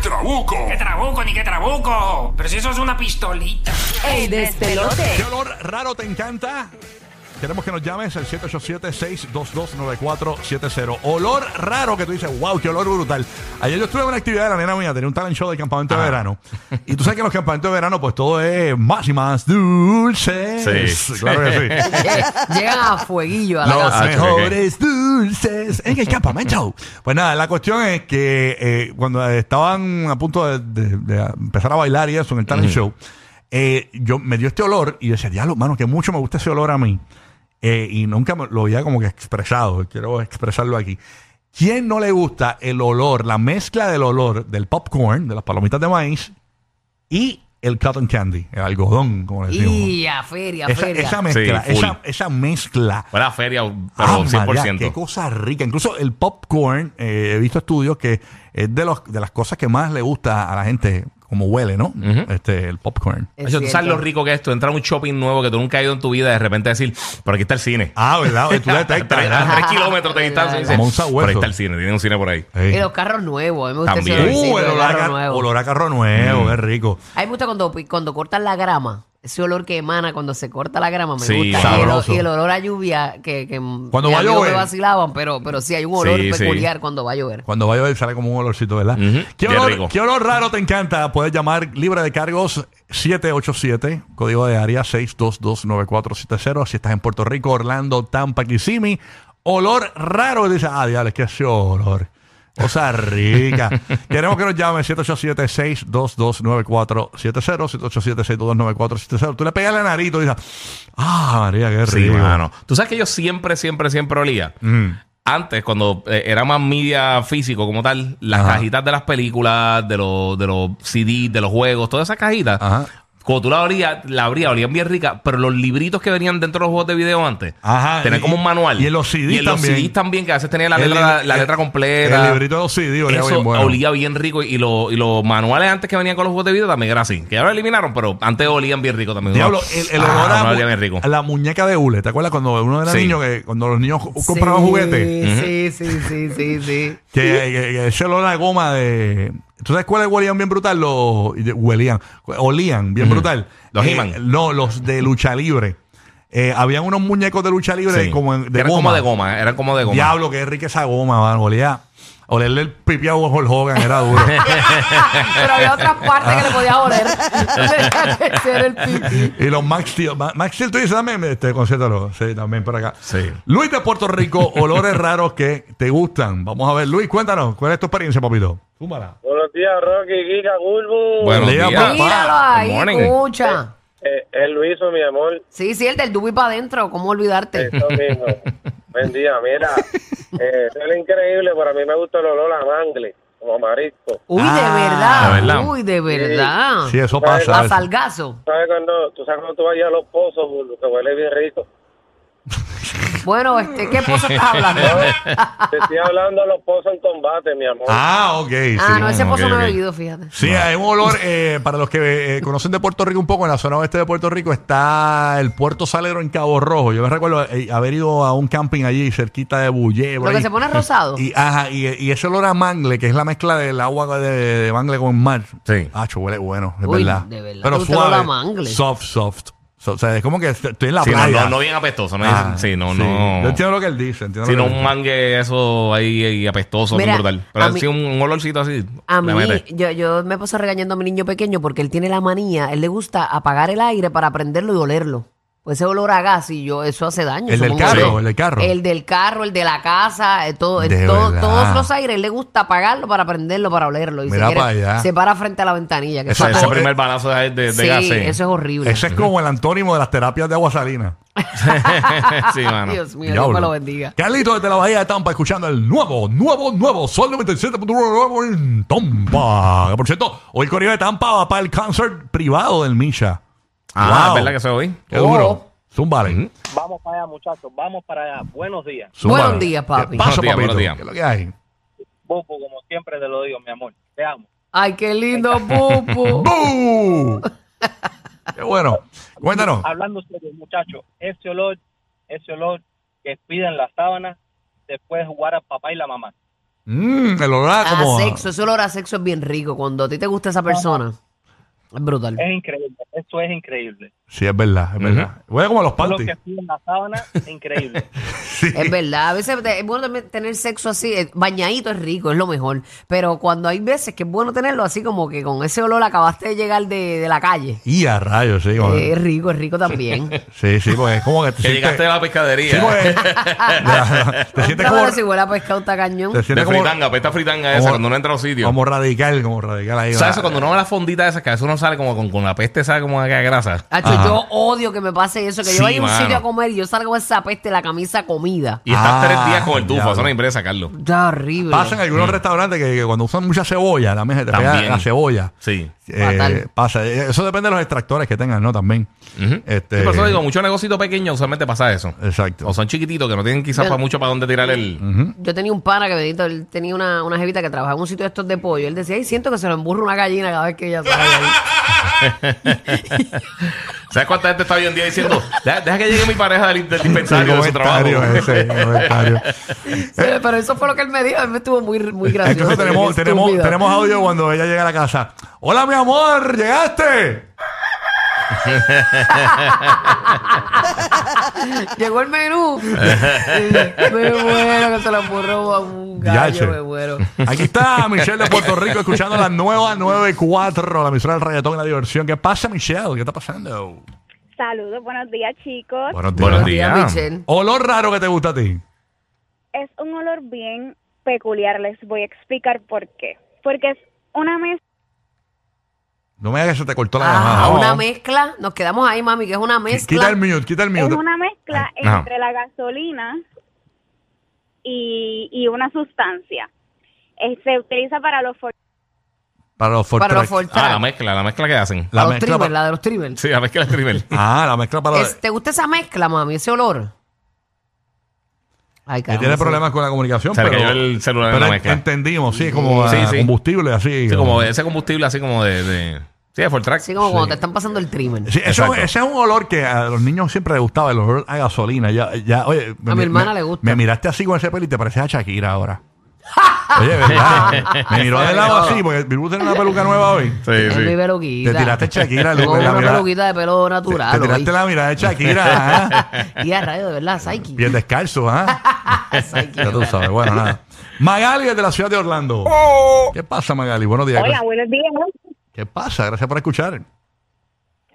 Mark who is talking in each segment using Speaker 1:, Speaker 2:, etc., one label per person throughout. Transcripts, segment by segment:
Speaker 1: Trabuco.
Speaker 2: ¡Qué trabuco, ni qué trabuco! Pero si eso es una pistolita.
Speaker 3: El despelote.
Speaker 1: ¿Qué olor raro te encanta? Queremos que nos llames al 787-622-9470. Olor raro que tú dices, wow, qué olor brutal. Ayer yo estuve en una actividad de la nena mía, tenía un talent show de campamento de verano. Y tú sabes que en los campamentos de verano, pues todo es más y más dulces.
Speaker 4: Sí.
Speaker 1: Claro que sí.
Speaker 3: Llegan a fueguillo a la
Speaker 1: Los
Speaker 3: casa.
Speaker 4: ah,
Speaker 1: mejores dulces en el campamento. Pues nada, la cuestión es que eh, cuando estaban a punto de, de- de empezar a bailar y eso en el talent show, eh, yo me dio este olor y yo decía, diablo, mano, que mucho me gusta ese olor a mí. Eh, y nunca me- lo había como que expresado. Quiero expresarlo aquí. ¿Quién no le gusta el olor, la mezcla del olor del popcorn, de las palomitas de maíz y el cotton candy, el algodón, como le decimos?
Speaker 3: Y a feria, a
Speaker 1: Esa,
Speaker 3: feria.
Speaker 1: esa mezcla,
Speaker 4: Sí, full.
Speaker 1: esa, esa mezcla.
Speaker 4: Fue la feria, pero
Speaker 1: Ah, María,
Speaker 4: 100%.
Speaker 1: qué cosa rica. Incluso el popcorn, eh, he visto estudios que es de, los, de las cosas que más le gusta a la gente, como huele, ¿no? Este, el popcorn.
Speaker 3: Es
Speaker 4: Nacho, tú sabes
Speaker 3: cierto.
Speaker 4: lo rico que es esto, entrar a un shopping nuevo que tú nunca has ido en tu vida y de repente decir, por aquí está el cine.
Speaker 1: Ah, ¿verdad? Tú detectas,
Speaker 4: Tres- a
Speaker 1: ¿verdad?
Speaker 4: tres kilómetros de distancia. y dices,
Speaker 1: Como un sabueso.
Speaker 4: por ahí está el cine, tiene un cine por ahí.
Speaker 1: Sí.
Speaker 3: Y los carros nuevos. A mí me gusta ese olorcito
Speaker 1: Uh,
Speaker 4: También.
Speaker 1: el
Speaker 3: de
Speaker 1: olor a,
Speaker 3: carro
Speaker 1: car-
Speaker 3: nuevo.
Speaker 1: olor a carro nuevo, qué rico.
Speaker 3: A mí me gusta cuando, cuando cortan la grama. Ese olor que emana cuando se corta la grama me
Speaker 4: Sí,
Speaker 3: gusta. Y el,
Speaker 1: sabroso.
Speaker 3: y el olor a lluvia que, que
Speaker 1: Cuando
Speaker 3: mis
Speaker 1: va a
Speaker 3: amigos
Speaker 1: llover.
Speaker 3: me vacilaban, pero, pero sí hay un olor
Speaker 4: Sí, sí.
Speaker 3: peculiar cuando va a llover.
Speaker 1: Cuando vaya a ver sale como un olorcito, ¿verdad?
Speaker 4: Ujú,
Speaker 1: ¿Qué,
Speaker 4: qué
Speaker 1: olor,
Speaker 4: rico.
Speaker 1: qué olor raro te encanta? Puedes llamar libre de cargos 787, código de área 6229470. Si estás en Puerto Rico, Orlando, Tampa, Kissimmee, olor raro. Y dices, ah, diablo, es que ese olor. Cosa rica. Queremos que nos llame 787-622-9470. 787-622-9470. Tú le pegas la nariz y tú dices, ah, María, qué
Speaker 4: Sí,
Speaker 1: rico. Mm.
Speaker 4: mano. Tú sabes que yo siempre, siempre, siempre olía. Antes, cuando eh, era más media físico como tal, las
Speaker 1: Ajá.
Speaker 4: cajitas de las películas, de los, de los CDs, de los juegos, todas esas cajitas.
Speaker 1: Ajá.
Speaker 4: Cuando tú la abrías, la abrías, olían bien rica, pero los libritos que venían dentro de los juegos de video antes,
Speaker 1: Ajá,
Speaker 4: tenían
Speaker 1: y-
Speaker 4: como un manual.
Speaker 1: y en los CDs
Speaker 4: Y en los
Speaker 1: también.
Speaker 4: CDs también, que a veces tenía la
Speaker 1: El
Speaker 4: letra,
Speaker 1: lib-
Speaker 4: la
Speaker 1: el-
Speaker 4: letra completa.
Speaker 1: El librito de los CD olía
Speaker 4: Eso
Speaker 1: bien bueno.
Speaker 4: olía bien rico y, lo- y los manuales antes que venían con los juegos de video también era así. Que ya lo eliminaron, pero antes olían bien rico también.
Speaker 1: Diablo,
Speaker 4: Ah,
Speaker 1: el, el olor a,
Speaker 4: no
Speaker 1: mu-
Speaker 4: olía bien rico.
Speaker 1: a la muñeca de hule. ¿Te acuerdas cuando uno era
Speaker 4: Sí.
Speaker 1: niño, que cuando los niños compraban juguetes?
Speaker 3: Sí, sí, sí, sí, sí.
Speaker 1: Que, que- que ese olor a goma de... ¿Tú sabes cuáles huelían bien brutal? Los... y de- Huelían. Olían bien brutal.
Speaker 4: Los
Speaker 1: Eh,
Speaker 4: He-Man.
Speaker 1: No, los de lucha libre. Eh, habían unos muñecos de lucha libre
Speaker 4: Sí.
Speaker 1: como en- de
Speaker 4: eran
Speaker 1: goma.
Speaker 4: como de goma, eran como de goma.
Speaker 1: Diablo, qué rica esa goma, mano. Olía... Olerle el pipi a Hulk Hogan era duro.
Speaker 3: pero había otras partes que le podía oler. No tenía que ser el pipí.
Speaker 1: Y los Max Steel. Ma- Max Steel, tú dices también, este, concéntralo. Sí, también por acá.
Speaker 4: Sí.
Speaker 1: Luis de Puerto Rico, olores raros que te gustan. Vamos a ver, Luis, cuéntanos, ¿cuál es tu experiencia, papito? Túmala.
Speaker 5: Buenos días, Rocky, Kika, Gulbu.
Speaker 4: Buenos
Speaker 1: Olía,
Speaker 4: días.
Speaker 1: papá.
Speaker 3: Míralo
Speaker 4: Good
Speaker 3: ahí,
Speaker 4: morning.
Speaker 3: escucha.
Speaker 5: Eh, es Luiso, mi amor.
Speaker 3: Sí, sí, el del Dubi para adentro. ¿Cómo olvidarte?
Speaker 5: Eso mismo. Buen día, mira. Eh, suena increíble, pero a mí me gusta el olor a mangle, como a marisco.
Speaker 3: Uy,
Speaker 1: Ah,
Speaker 3: de
Speaker 4: de verdad.
Speaker 3: verdad. Uy, de verdad.
Speaker 1: Sí, eso
Speaker 5: Pues,
Speaker 1: pasa.
Speaker 3: A
Speaker 1: eso.
Speaker 3: salgazo.
Speaker 5: ¿Sabes cuando, tú sabes cuando tú vas allá a los pozos, Gulbu, que huele bien rico?
Speaker 3: Bueno, este, ¿qué pozo estás hablando?
Speaker 5: Te estoy hablando de los pozos en combate, mi amor.
Speaker 1: Ah, ok. sí.
Speaker 3: Ah, no, ese
Speaker 4: ok,
Speaker 3: pozo no
Speaker 4: ok.
Speaker 3: he bebido, fíjate.
Speaker 1: Sí, hay un olor, eh, para los que eh, conocen de Puerto Rico un poco, en la zona oeste de Puerto Rico está el puerto salero en Cabo Rojo. Yo me recuerdo eh, haber ido a un camping allí cerquita de Bullé. por
Speaker 3: Lo que
Speaker 1: ahí.
Speaker 3: se pone rosado.
Speaker 1: Y, ajá, y, y ese olor a mangle, que es la mezcla del agua de, de mangle con mar.
Speaker 4: Sí.
Speaker 1: Ah, huele bueno, es
Speaker 3: Uy,
Speaker 1: verdad.
Speaker 3: de verdad,
Speaker 1: Pero
Speaker 3: ¿te gusta el olor
Speaker 1: suave.
Speaker 3: a mangle?
Speaker 1: Soft, soft. So- o sea, es como que est- estoy en la
Speaker 4: Sí, no,
Speaker 1: playa.
Speaker 4: no, no bien apestoso. No
Speaker 1: Ah,
Speaker 4: es- sí, no,
Speaker 1: sí. Yo
Speaker 4: no.
Speaker 1: entiendo lo que él dice. Entiendo
Speaker 4: Sino
Speaker 1: lo que
Speaker 4: un mangue eso ahí, ahí apestoso,
Speaker 3: Mira,
Speaker 4: bien brutal. Pero
Speaker 3: a mí-
Speaker 4: sí, un, un olorcito así.
Speaker 3: A
Speaker 4: le
Speaker 3: mí,
Speaker 4: mete.
Speaker 3: yo, yo me paso regañando a mi niño pequeño porque él tiene la manía, él le gusta apagar el aire para prenderlo y olerlo. Pues ese olor a gas y yo, eso hace daño.
Speaker 1: El del
Speaker 3: supongo
Speaker 1: carro,
Speaker 3: yo.
Speaker 1: el del carro.
Speaker 3: El del carro, el de la casa, eh, todo, el-
Speaker 1: De
Speaker 3: todo-
Speaker 1: verdad.
Speaker 3: todos los aires le gusta apagarlo para prenderlo, para olerlo. Y se,
Speaker 1: Mira
Speaker 3: quiere-
Speaker 1: para allá.
Speaker 3: se para frente a la ventanilla. Que
Speaker 1: Eso
Speaker 4: Ese,
Speaker 3: está
Speaker 4: ese
Speaker 1: como-
Speaker 3: todo-
Speaker 4: primer balazo de, de, de
Speaker 3: sí,
Speaker 4: gas, sí.
Speaker 3: eso es horrible.
Speaker 1: Ese es como el antónimo de las terapias de agua salina.
Speaker 4: sí, mano.
Speaker 3: Dios mío, Dios
Speaker 1: Diablo.
Speaker 3: me lo bendiga.
Speaker 1: Carlito desde la Bahía de Tampa escuchando el nuevo, nuevo, nuevo Sol 97.1 en Tampa. Que, por cierto, hoy el Corrido de Tampa va para el concert privado del Misha.
Speaker 4: Ah,
Speaker 1: Wow.
Speaker 4: ¿verdad que se oí?
Speaker 1: Qué duro. Zúmbale.
Speaker 6: Vamos para allá, muchachos, vamos para allá. Buenos días.
Speaker 1: Zúmbale.
Speaker 3: Buenos días, papi.
Speaker 1: ¿Qué pasa, Eh,
Speaker 4: Buenos días,
Speaker 1: papito?
Speaker 4: buenos días.
Speaker 1: ¿Qué es lo que hay?
Speaker 6: Bopo, como siempre te lo digo, mi amor. Te amo.
Speaker 3: Ay, qué lindo pupo.
Speaker 1: ¡Bú! Qué bueno. Cuéntanos.
Speaker 6: Hablando serio, muchachos, ese olor, ese olor que piden la sábana después de jugar al papá y la mamá.
Speaker 1: Mm, el olor a
Speaker 3: A
Speaker 1: como...
Speaker 3: Ah, sexo, ese olor a sexo es bien rico. Cuando a ti te gusta esa persona, es brutal.
Speaker 5: Eh.
Speaker 6: Es increíble, eso es increíble.
Speaker 1: Sí, es verdad, es verdad. Huele como a los
Speaker 6: Lo
Speaker 1: panties.
Speaker 6: que piden la sábana es increíble.
Speaker 1: Sí.
Speaker 3: Es verdad, a veces te- es bueno también tener sexo así, eh, bañadito es rico, es lo mejor. Pero cuando hay veces que es bueno tenerlo así como que con ese olor acabaste de llegar de, de la calle.
Speaker 1: Y a rayos, sí. como-
Speaker 3: Eh, es rico, es rico también.
Speaker 1: Sí, sí, porque es como que te
Speaker 4: Que llegaste a la pescadería.
Speaker 1: Sí, porque- Ya, te sientes
Speaker 3: No,
Speaker 1: como...
Speaker 3: pero si huele a pescado está cañón.
Speaker 1: Te
Speaker 4: de
Speaker 1: sientes como,
Speaker 4: fritanga, pesta fritanga esa,
Speaker 1: como-
Speaker 4: cuando uno entra a los sitios.
Speaker 1: como radical, como radical ahí.
Speaker 4: ¿Sabes
Speaker 1: va.
Speaker 4: eso? Cuando uno ve la fondita de esas, que a veces uno sale como con, con la peste, sabe como que grasa.
Speaker 3: Hacho, yo odio que me pase eso, que
Speaker 4: Sí,
Speaker 3: yo vaya a un
Speaker 4: mano.
Speaker 3: sitio a comer y yo salgo con esa peste, la camisa comida.
Speaker 4: Y estás
Speaker 1: Ah,
Speaker 4: tres días con el tufo. Eso
Speaker 1: diablo.
Speaker 4: es una empresa, Carlos.
Speaker 3: Ya horrible.
Speaker 1: Pasa en algunos restaurantes que, que cuando usan mucha cebolla, la mesa te pega
Speaker 4: Mm. También.
Speaker 1: la cebolla.
Speaker 4: Sí.
Speaker 1: Eh,
Speaker 3: Fatal.
Speaker 1: pasa. Eh, Eso depende de los extractores que tengan, ¿no? También.
Speaker 4: Sí,
Speaker 1: este,
Speaker 4: por eso digo, muchos negocios pequeños usualmente pasa eso.
Speaker 1: Exacto.
Speaker 4: O son chiquititos que no tienen quizás
Speaker 3: Yo-
Speaker 4: para mucho para dónde tirar el...
Speaker 3: Yo tenía un pana que bendito, él tenía una, una jevita que trabajaba en un sitio de estos de pollo. Él decía, ay, siento que se lo emburra una gallina cada vez que ella sale. de ahí".
Speaker 1: Eh.
Speaker 4: ¿Sabes cuánta gente está hoy en día diciendo? Deja, deja que llegue mi pareja del, del dispensario de su trabajo.
Speaker 1: comentario ese, comentario.
Speaker 3: Sí, pero eso fue lo que él me dijo. Él me estuvo muy, muy gracioso.
Speaker 1: Entonces tenemos,
Speaker 3: Qué
Speaker 1: tenemos,
Speaker 3: estúpido.
Speaker 1: tenemos audio cuando ella llega a la casa. Hola, mi amor, llegaste.
Speaker 3: Llegó el menú. Sí, me muero que se lo emburró a un gallo.
Speaker 1: Yache.
Speaker 3: Me muero.
Speaker 1: Aquí está Michelle de Puerto Rico escuchando la nueva 94, la emisora del reggaetón y la diversión. ¿Qué pasa, Michelle? ¿Qué está pasando?
Speaker 7: Saludos, buenos días chicos.
Speaker 4: Buenos días.
Speaker 3: Buenos días, Michelle.
Speaker 1: Olor raro que te gusta a ti.
Speaker 7: Es un olor bien peculiar, les voy a explicar por qué. Porque es una mezcla
Speaker 1: No me digas que se te cortó la
Speaker 3: Ah,
Speaker 1: llamada.
Speaker 3: una mezcla. Nos quedamos ahí, mami, que es una
Speaker 1: Qui- Quita el
Speaker 3: mezcla.
Speaker 1: mute, quita el
Speaker 7: es
Speaker 1: mute.
Speaker 7: una mezcla
Speaker 4: Ay, ajá.
Speaker 7: entre la gasolina y, y una sustancia. Eh, se utiliza para los for-
Speaker 1: Para los
Speaker 3: Para los
Speaker 1: Fortrek.
Speaker 3: Ford
Speaker 4: Ah,
Speaker 3: Track.
Speaker 4: la mezcla, la mezcla que hacen.
Speaker 3: La,
Speaker 1: La
Speaker 3: de los
Speaker 1: mezcla
Speaker 3: trimmers,
Speaker 1: pa-
Speaker 3: la de los trimmers.
Speaker 4: Sí, la mezcla del crimen.
Speaker 1: Ah, la mezcla para los...
Speaker 3: Es- ¿Te gusta esa mezcla, mami? Ese olor. Ay,
Speaker 1: Que
Speaker 3: caramba.
Speaker 1: tiene
Speaker 3: sí.
Speaker 1: problemas con la comunicación,
Speaker 4: Se le
Speaker 1: pero...
Speaker 4: cayó el celular en
Speaker 1: pero
Speaker 4: la
Speaker 1: en-
Speaker 4: mezcla.
Speaker 1: entendimos, sí, como a
Speaker 4: Sí, sí.
Speaker 1: combustible, así.
Speaker 4: Sí, como ese combustible así como de... de- sí, de Fortrack.
Speaker 3: Así como cuando te están pasando el trimmer.
Speaker 1: Sí, eso-
Speaker 4: Exacto.
Speaker 1: ese es un olor que a los niños siempre les gustaba, el olor a gasolina. Ya, ya, oye,
Speaker 3: A mi hermana le gusta.
Speaker 1: Me miraste así con ese pelo y te pareces a Shakira ahora. Oye, ¿verdad? me miró de lado así, porque Virú tiene una peluca nueva hoy.
Speaker 4: Sí,
Speaker 3: Es mi
Speaker 4: sí.
Speaker 3: peluquita.
Speaker 1: Te tiraste Shakira,
Speaker 3: Con
Speaker 1: Lupe, la
Speaker 3: una
Speaker 1: mirada-
Speaker 3: peluquita de pelo natural.
Speaker 1: Te
Speaker 3: hoy.
Speaker 1: tiraste la mirada de Shakira, ¿ah?
Speaker 3: Y a rayo, de verdad, Psyche.
Speaker 1: Bien descalzo, ¿ah?
Speaker 3: Psyche.
Speaker 1: Ya tú sabes, bueno, nada. Magali es de la ciudad de Orlando. ¿Qué pasa, Magali? Buenos días.
Speaker 8: Oh. Hola, buenos días.
Speaker 1: ¿Qué pasa? Gracias por escuchar.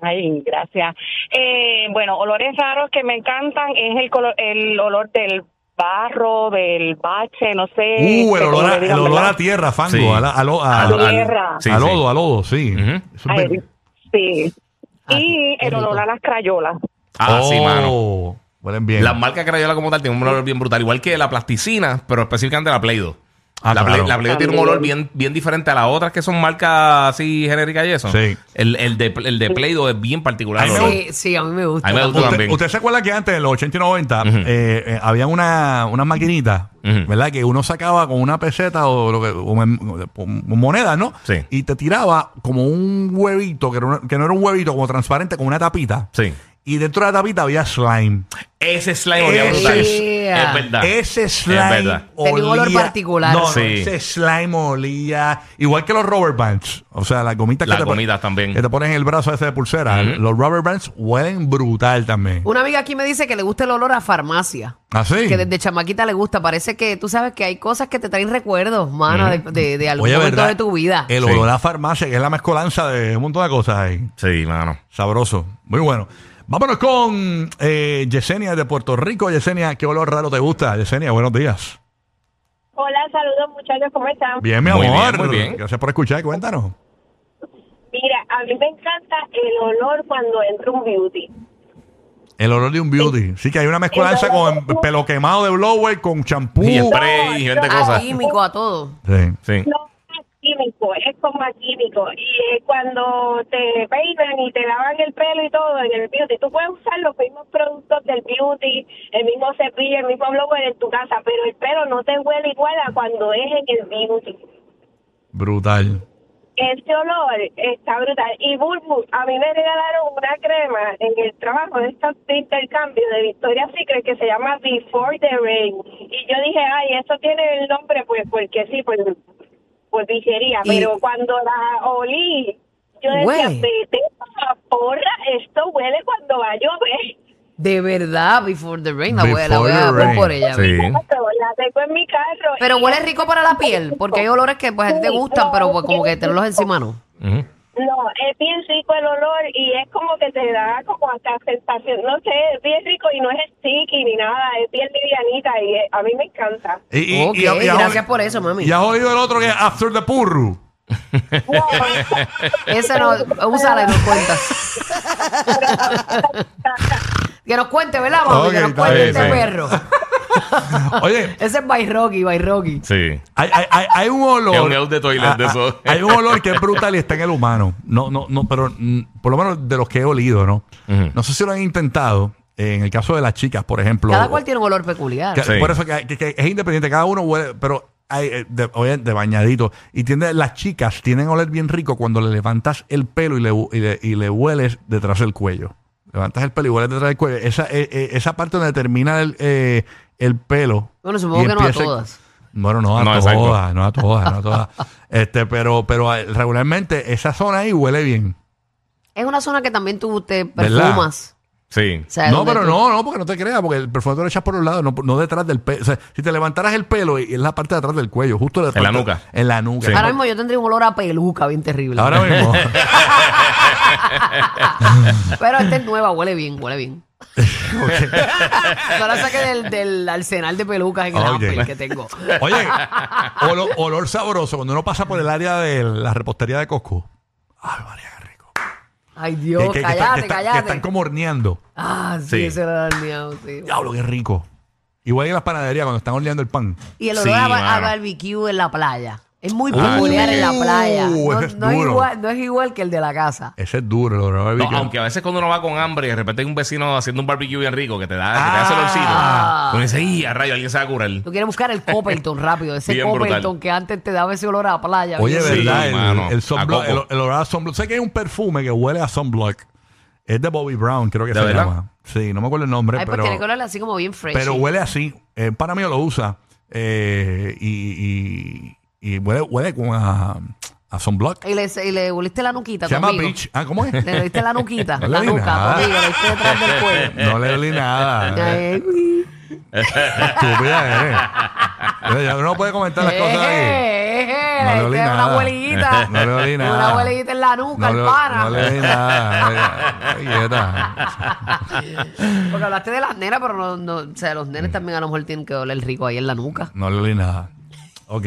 Speaker 8: Ay, gracias. Eh, bueno, olores raros que me encantan es el color, el olor del barro, del bache, no sé.
Speaker 1: Uh,
Speaker 8: este,
Speaker 1: el
Speaker 8: como
Speaker 1: olor a,
Speaker 8: le digan,
Speaker 1: el olor a
Speaker 8: ¿verdad?
Speaker 1: tierra, fango,
Speaker 4: Sí.
Speaker 1: a, la- a lo- a-
Speaker 4: Al- al-
Speaker 8: Tierra.
Speaker 4: sí,
Speaker 1: a
Speaker 4: sí.
Speaker 1: lodo, a lodo, sí.
Speaker 4: Ujú.
Speaker 1: Eso es
Speaker 8: Ay,
Speaker 1: bien-
Speaker 8: sí.
Speaker 3: Ah,
Speaker 8: Y
Speaker 3: qué
Speaker 8: el
Speaker 3: rico.
Speaker 8: olor a las crayolas.
Speaker 4: Ah, sí,
Speaker 1: Oh,
Speaker 4: mano.
Speaker 1: Huelen bien.
Speaker 4: Las marcas Crayola como tal tienen un olor bien brutal, igual que la plasticina, pero específicamente la Play-Doh.
Speaker 1: Ah,
Speaker 4: la,
Speaker 1: claro.
Speaker 4: Play, la Play-Doh tiene un
Speaker 8: También.
Speaker 4: olor bien, bien diferente a las otras que son marcas así genéricas y eso.
Speaker 1: Sí.
Speaker 4: El, el de, el de Play-Doh es bien particular.
Speaker 1: Ay,
Speaker 4: el
Speaker 1: me
Speaker 4: olor.
Speaker 3: Sí, sí, a mí me gusta.
Speaker 4: A mí me gusta
Speaker 1: Usted,
Speaker 4: también.
Speaker 1: usted se acuerda que antes, en los 80 y 90,
Speaker 4: Ujú.
Speaker 1: eh, eh, había una, unas maquinitas,
Speaker 4: Ujú.
Speaker 1: ¿verdad? Que uno sacaba con una peseta o, lo que, o en- o moneda, ¿no?
Speaker 4: Sí.
Speaker 1: Y te tiraba como un huevito, que, era una- que no era un huevito, como transparente, con una tapita.
Speaker 4: Sí.
Speaker 1: Y dentro de la tapita había slime.
Speaker 4: Ese slime olía
Speaker 1: Ese
Speaker 4: brutal.
Speaker 1: es-
Speaker 4: Es verdad.
Speaker 1: Eh, Ese
Speaker 4: Es
Speaker 1: slime
Speaker 4: verdad.
Speaker 1: olía.
Speaker 3: Tenía un olor particular.
Speaker 1: No, no,
Speaker 4: Sí.
Speaker 1: ese slime olía. Igual que los rubber bands. O sea, las gomitas
Speaker 4: Las
Speaker 1: que, te pon-
Speaker 4: gomitas también.
Speaker 1: que te ponen en el brazo ese de pulsera.
Speaker 4: Ujú.
Speaker 1: Los rubber bands huelen brutal también.
Speaker 3: Una amiga aquí me dice que le gusta el olor a farmacia.
Speaker 1: Así.
Speaker 3: Que desde chamaquita le gusta. Parece que tú sabes que hay cosas que te traen recuerdos, mana, de, de, de algún
Speaker 1: Oye,
Speaker 3: momento
Speaker 1: ¿verdad? Eh,
Speaker 3: de tu vida.
Speaker 1: El
Speaker 4: Sí.
Speaker 1: olor a farmacia, que es la mezcolanza de un montón de cosas ahí.
Speaker 4: Sí, mano.
Speaker 1: Sabroso. Muy bueno. Vámonos con eh, Yesenia de Puerto Rico. Yesenia, ¿qué olor raro te gusta? Yesenia, buenos días.
Speaker 8: Hola, saludos muchachos, ¿cómo están?
Speaker 1: Bien, mi
Speaker 4: Muy bien,
Speaker 1: amor.
Speaker 4: muy bien.
Speaker 1: Gracias por escuchar. Cuéntanos.
Speaker 8: Mira, a mí me encanta el olor cuando entra un beauty.
Speaker 1: El olor de un beauty. Sí, que hay una mezcolanza
Speaker 8: El olor-
Speaker 1: con pelo quemado de blower, con champú.
Speaker 4: Y
Speaker 1: Sí.
Speaker 4: spray y gente
Speaker 8: Ah,
Speaker 4: cosas.
Speaker 3: A
Speaker 8: sí.
Speaker 3: químico, a todo.
Speaker 4: Sí.
Speaker 8: No es químico, es como a químico. Y eh, cuando te peinan y te lavan el pelo y todo en el beauty, tú puedes usar los mismos productos del beauty, el mismo cepillo, el mismo blower en tu casa, pero el pelo no te huele igual a cuando es en el beauty.
Speaker 1: Brutal.
Speaker 8: Este olor está brutal. Y Bulbul, a mí me regalaron una crema en el trabajo de esta de intercambio de Victoria Secret que se llama Before the Rain. Y yo dije, ay, eso tiene el nombre, pues, porque sí, por, por bichería.
Speaker 3: Y-
Speaker 8: Pero cuando la olí, yo decía,
Speaker 3: Huele.
Speaker 8: vete a la porra, esto huele cuando va a llover.
Speaker 3: De verdad, Before the Rain, la voy, la
Speaker 1: Before
Speaker 3: voy
Speaker 1: the
Speaker 3: a voy
Speaker 1: Rain,
Speaker 3: por ella.
Speaker 4: Sí.
Speaker 8: La tengo en mi carro.
Speaker 3: Mm. Pero
Speaker 8: y-
Speaker 3: huele rico para la piel, porque hay olores que pues a ti te
Speaker 8: Sí,
Speaker 3: gustan,
Speaker 8: no,
Speaker 3: pero
Speaker 8: es
Speaker 3: pues, como
Speaker 8: bien
Speaker 3: que tenerlos
Speaker 8: rico.
Speaker 3: encima no.
Speaker 4: Ujú.
Speaker 8: No, es bien rico el olor y es como que te da como hasta sensación, no sé, es bien rico y no es sticky ni nada, es bien livianita y eh, a mí me encanta.
Speaker 1: Y, y-
Speaker 3: ok,
Speaker 1: y- y- y-
Speaker 3: gracias por eso, mami.
Speaker 1: Y has oído el otro que es After the Purru.
Speaker 8: No,
Speaker 3: Ese no, úsala y nos cuenta. que nos cuente, ¿verdad, mami?
Speaker 1: Ok,
Speaker 3: que nos
Speaker 1: está
Speaker 3: cuente
Speaker 4: bien,
Speaker 3: este
Speaker 4: está bien.
Speaker 3: perro.
Speaker 1: Oye,
Speaker 3: Ese es By Rocky, By Rocky.
Speaker 4: Sí.
Speaker 1: hay, hay- hay- hay un olor.
Speaker 4: Es un out de toilet
Speaker 1: Ah,
Speaker 4: de
Speaker 1: ah,
Speaker 4: esos.
Speaker 1: Hay un olor que es brutal y está en el humano. No, no, no, pero mm, por lo menos de los que he olido, ¿no?
Speaker 4: Ujú.
Speaker 1: No sé si lo han intentado. eh, en el caso de las chicas, por ejemplo.
Speaker 3: Cada cual tiene un olor peculiar.
Speaker 1: Que-
Speaker 4: Sí.
Speaker 1: Por eso que, que- que es independiente, cada uno huele, pero hay, eh, de, oye, de bañadito. Y tiende, las chicas tienen a oler bien rico cuando le levantas el pelo y le, hu- y le, y le hueles detrás del cuello. Levantas el pelo y hueles detrás del cuello. Esa, eh, eh, esa parte donde termina el, eh, el pelo.
Speaker 3: Bueno, supongo
Speaker 1: y
Speaker 3: que no a
Speaker 1: empieza el-
Speaker 3: todas.
Speaker 1: Bueno, no a
Speaker 4: No, exacto.
Speaker 1: todas, no a todas, no a todas. Este, pero, pero eh, regularmente esa zona ahí huele bien.
Speaker 3: Es una zona que también tú te
Speaker 1: ¿Verdad?
Speaker 3: perfumas.
Speaker 4: Sí.
Speaker 3: o sea,
Speaker 1: no,
Speaker 3: donde
Speaker 1: pero
Speaker 3: tú-
Speaker 1: no, no, porque no te creas, porque el perfume tú lo echas por un lado, no, no detrás del pelo. O sea, si te levantaras el pelo, y es la parte de atrás del cuello, justo detrás.
Speaker 4: En la
Speaker 1: del-
Speaker 4: nuca.
Speaker 1: En la nuca.
Speaker 4: Sí.
Speaker 3: Ahora mismo yo tendría un olor a peluca bien terrible.
Speaker 1: Ahora mismo.
Speaker 3: Pero esta es nueva, huele bien, huele bien. No la saqué del, del arsenal de pelucas en el
Speaker 1: Oye.
Speaker 3: Apple que tengo.
Speaker 1: Oye, olor, olor sabroso cuando uno pasa por el área de la repostería de Costco. Ay, María, qué rico.
Speaker 3: Ay,
Speaker 1: Que-
Speaker 3: Dios,
Speaker 1: que- que está- que
Speaker 3: cállate,
Speaker 1: está-
Speaker 3: cállate.
Speaker 1: Que están como horneando.
Speaker 3: Ah, sí,
Speaker 4: Sí.
Speaker 3: ese era el mío, sí.
Speaker 1: Diablo, qué rico. Igual que en las panaderías cuando están horneando el pan.
Speaker 3: Y el
Speaker 4: Sí,
Speaker 3: olor a, ba- a
Speaker 4: mano.
Speaker 3: barbecue en la playa. Es muy
Speaker 4: Ah,
Speaker 3: peculiar
Speaker 4: sí.
Speaker 3: en la playa.
Speaker 1: Uh,
Speaker 3: No,
Speaker 1: ese es
Speaker 3: no es
Speaker 1: duro.
Speaker 3: igual, no es igual que el de la casa.
Speaker 1: Ese es duro, el olor a
Speaker 4: No,
Speaker 1: barbecue.
Speaker 4: aunque a veces cuando uno va con hambre y de repente hay un vecino haciendo un barbecue bien rico que te da, que te da ese
Speaker 3: Ah.
Speaker 4: olorcito. Uno dice, ¡y a rayo! Alguien se va a curar.
Speaker 3: Tú quieres buscar el Copperton rápido, ese
Speaker 4: Bien brutal.
Speaker 3: Copperton que antes te daba ese olor a playa.
Speaker 1: Oye,
Speaker 3: bien
Speaker 4: Sí,
Speaker 1: ¿verdad? El-
Speaker 4: mano,
Speaker 1: el, sunblock,
Speaker 4: a coco.
Speaker 1: el- el olor a sunblock. Sé que hay un perfume que huele a sunblock. Es de Bobby Brown, creo que
Speaker 4: ¿De
Speaker 1: se
Speaker 4: verdad?
Speaker 1: llama. Sí, no me acuerdo el nombre,
Speaker 3: Ay, pues
Speaker 1: pero,
Speaker 3: tiene que oler así como bien fresh.
Speaker 1: pero huele así. Eh, para mí lo usa. eh, y, y- y huele, huele como a, a sunblock.
Speaker 3: y, le, y le oliste la nuquita
Speaker 1: Se llama
Speaker 3: conmigo.
Speaker 1: Beach. Ah, ¿cómo es?
Speaker 3: Le oliste la nuquita,
Speaker 1: No le
Speaker 3: la
Speaker 1: di
Speaker 3: nuca
Speaker 1: nada.
Speaker 3: conmigo, le oliste detrás del cuello.
Speaker 1: no le olí nada.
Speaker 3: Ay, uy.
Speaker 1: Estúpida, eh. Ella No puede comentar las cosas ahí.
Speaker 3: Eh, eh, eh,
Speaker 1: No le olí
Speaker 3: este es una
Speaker 1: nada.
Speaker 3: abuelita.
Speaker 1: No le olí nada.
Speaker 3: Una abuelita en la nuca,
Speaker 1: No
Speaker 3: el
Speaker 1: le,
Speaker 3: pana.
Speaker 1: no le di nada. Ay, quieta.
Speaker 3: Porque hablaste de las nenas, pero no, no, o sea, los nenes también a lo mejor tienen que oler rico ahí en la nuca.
Speaker 1: No le olí nada. Ok.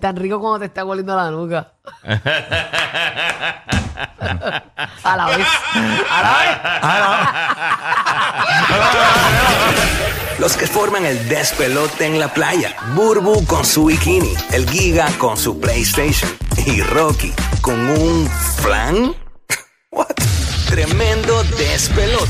Speaker 3: Tan rico como te está oliendo la nuca. a la vez. A la vez.
Speaker 1: Ah,
Speaker 9: Los que forman el despelote en la playa. Burbu con su bikini. El Giga con su PlayStation. Y Rocky con un flan. What? Tremendo despelote.